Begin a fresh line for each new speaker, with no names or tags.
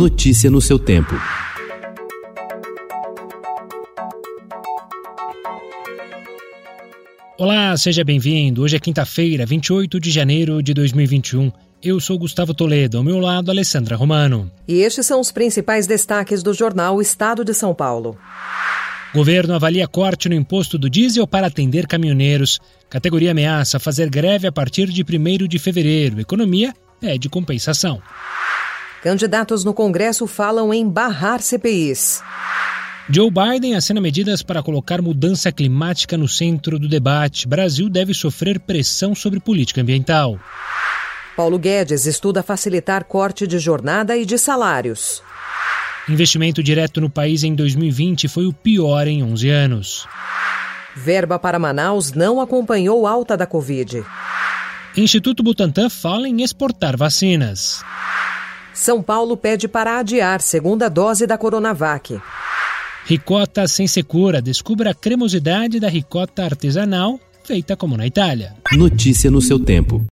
Notícia no seu tempo.
Olá, seja bem-vindo. Hoje é quinta-feira, 28 de janeiro de 2021. Eu sou Gustavo Toledo, ao meu lado, Alessandra Romano.
E estes são os principais destaques do jornal Estado de São Paulo.
Governo avalia corte no imposto do diesel para atender caminhoneiros. Categoria ameaça fazer greve a partir de 1 de fevereiro. Economia pede compensação.
Candidatos no Congresso falam em barrar CPIs.
Joe Biden assina medidas para colocar mudança climática no centro do debate. Brasil deve sofrer pressão sobre política ambiental.
Paulo Guedes estuda facilitar corte de jornada e de salários.
Investimento direto no país em 2020 foi o pior em 11 anos.
Verba para Manaus não acompanhou alta da Covid.
Instituto Butantan fala em exportar vacinas.
São Paulo pede para adiar segunda dose da Coronavac.
Ricota sem secura. Descubra a cremosidade da ricota artesanal feita como na Itália.
Notícia no seu tempo.